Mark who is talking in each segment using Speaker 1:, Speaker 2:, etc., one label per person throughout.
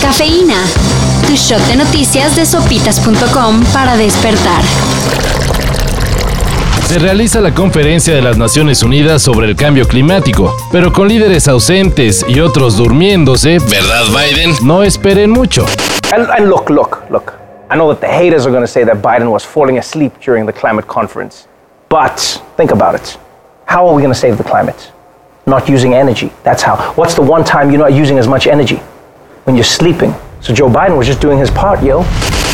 Speaker 1: Cafeína. Tu shot de noticias de sopitas.com para despertar.
Speaker 2: Se realiza la conferencia de las Naciones Unidas sobre el cambio climático, pero con líderes ausentes y otros durmiéndose, ¿verdad Biden? No esperen mucho.
Speaker 3: And, and look, look, look. I know that the haters are going to say that Biden was falling asleep during the climate conference. But think about it. How are we going to save the climate? Not using energy. That's how. What's the one time you're not using as much energy? When you're sleeping. So Joe Biden was just doing his part, yo.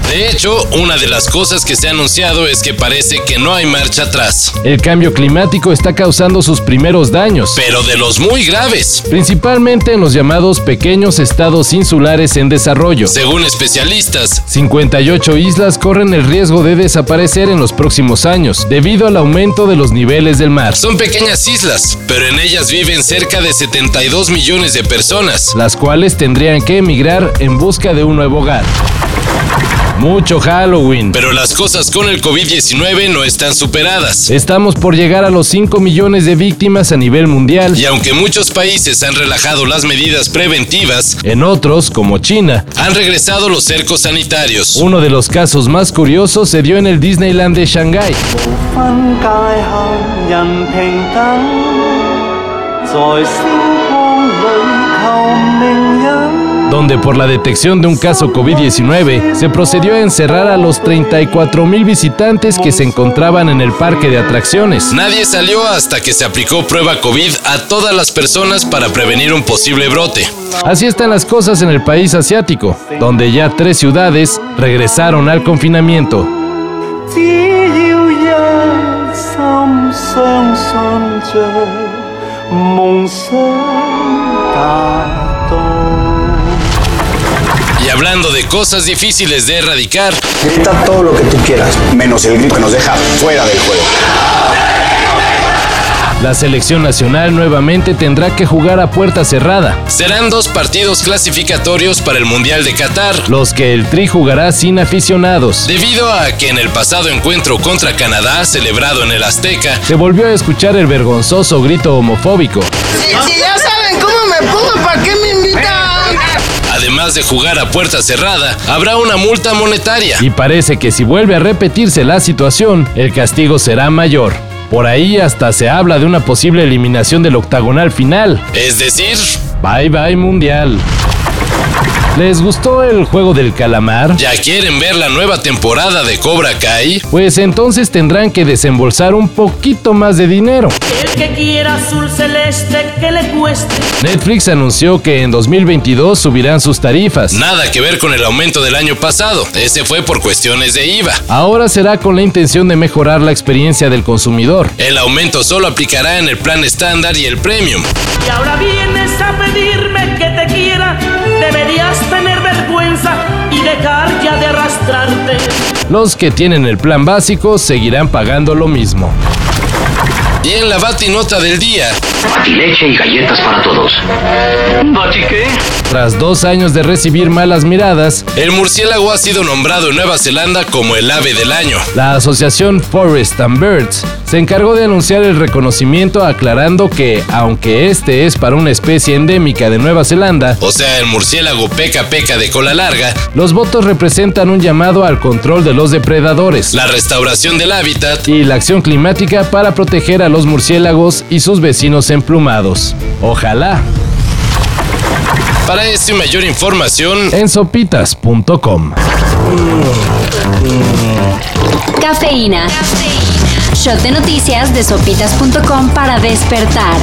Speaker 4: De hecho, una de las cosas que se ha anunciado es que parece que no hay marcha atrás,
Speaker 2: El cambio climático está causando sus primeros daños,
Speaker 4: pero de los muy graves.
Speaker 2: principalmente en los llamados pequeños estados insulares en desarrollo.
Speaker 4: Según especialistas,
Speaker 2: 58 islas corren el riesgo de desaparecer en los próximos años debido al aumento de los niveles del mar.
Speaker 4: son pequeñas islas, pero en ellas viven cerca de 72 millones de personas.
Speaker 2: las cuales tendrían que emigrar en busca de un nuevo hogar. Mucho Halloween.
Speaker 4: Pero las cosas con el COVID-19 no están superadas.
Speaker 2: Estamos por llegar a los 5 millones de víctimas a nivel mundial.
Speaker 4: Y aunque muchos países han relajado las medidas preventivas,
Speaker 2: En otros, como China,
Speaker 4: han regresado los cercos sanitarios.
Speaker 2: uno de los casos más curiosos se dio en el Disneyland de Shanghái,
Speaker 5: 分界限，人平等，在星光里求明恩。
Speaker 2: donde por la detección de un caso COVID-19 se procedió a encerrar a los 34 mil visitantes que se encontraban en el parque de atracciones.
Speaker 4: Nadie salió hasta que se aplicó prueba COVID a todas las personas para prevenir un posible brote.
Speaker 2: Así están las cosas en el país asiático, donde ya tres ciudades regresaron al confinamiento.
Speaker 5: 只要一心相信着，梦想达到。
Speaker 4: Y hablando de cosas difíciles de erradicar,
Speaker 6: Grita todo lo que tú quieras, menos el grito que nos deja fuera del juego.
Speaker 2: La selección nacional nuevamente tendrá que jugar a puerta cerrada,
Speaker 4: serán dos partidos clasificatorios para el Mundial de Qatar,
Speaker 2: los que el Tri jugará sin aficionados.
Speaker 4: debido a que en el pasado encuentro contra Canadá, celebrado en el Azteca,
Speaker 2: Se volvió a escuchar el vergonzoso grito homofóbico.
Speaker 7: Si, si ya saben cómo me pongo, ¿para qué me invitan?
Speaker 4: además de jugar a puerta cerrada, habrá una multa monetaria.
Speaker 2: Y parece que si vuelve a repetirse la situación, el castigo será mayor. Por ahí hasta se habla de una posible eliminación del octagonal final.
Speaker 4: Es decir,
Speaker 2: Bye bye mundial. ¿Les gustó el juego del calamar?
Speaker 4: ¿ya quieren ver la nueva temporada de Cobra Kai?
Speaker 2: Pues entonces tendrán que desembolsar un poquito más de dinero.
Speaker 8: El que quiera azul celeste que le cueste.
Speaker 2: Netflix anunció que en 2022 subirán sus tarifas.
Speaker 4: Nada que ver con el aumento del año pasado, ese fue por cuestiones de IVA.
Speaker 2: Ahora será con la intención de mejorar la experiencia del consumidor.
Speaker 4: El aumento solo aplicará en el plan estándar y el premium.
Speaker 8: Y ahora vienes a pedirme que te quiera. Deberías tener vergüenza y dejar ya de arrastrarte.
Speaker 2: Los que tienen el plan básico seguirán pagando lo mismo.
Speaker 4: Y en la batinota del día,
Speaker 9: leche y galletas para todos. ¿Bati qué?
Speaker 2: Tras dos años de recibir malas miradas,
Speaker 4: el murciélago ha sido nombrado en Nueva Zelanda como el ave del año.
Speaker 2: la asociación Forest and Birds se encargó de anunciar el reconocimiento aclarando que, aunque este es para una especie endémica de Nueva Zelanda,
Speaker 4: O sea, el murciélago peca peca de cola larga,
Speaker 2: los votos representan un llamado al control de los depredadores.
Speaker 4: la restauración del hábitat.
Speaker 2: y la acción climática para proteger a los murciélagos y sus vecinos emplumados. Ojalá
Speaker 4: Para eso y mayor información,
Speaker 2: en sopitas.com.
Speaker 1: Cafeína. Shot de noticias de sopitas.com para despertar.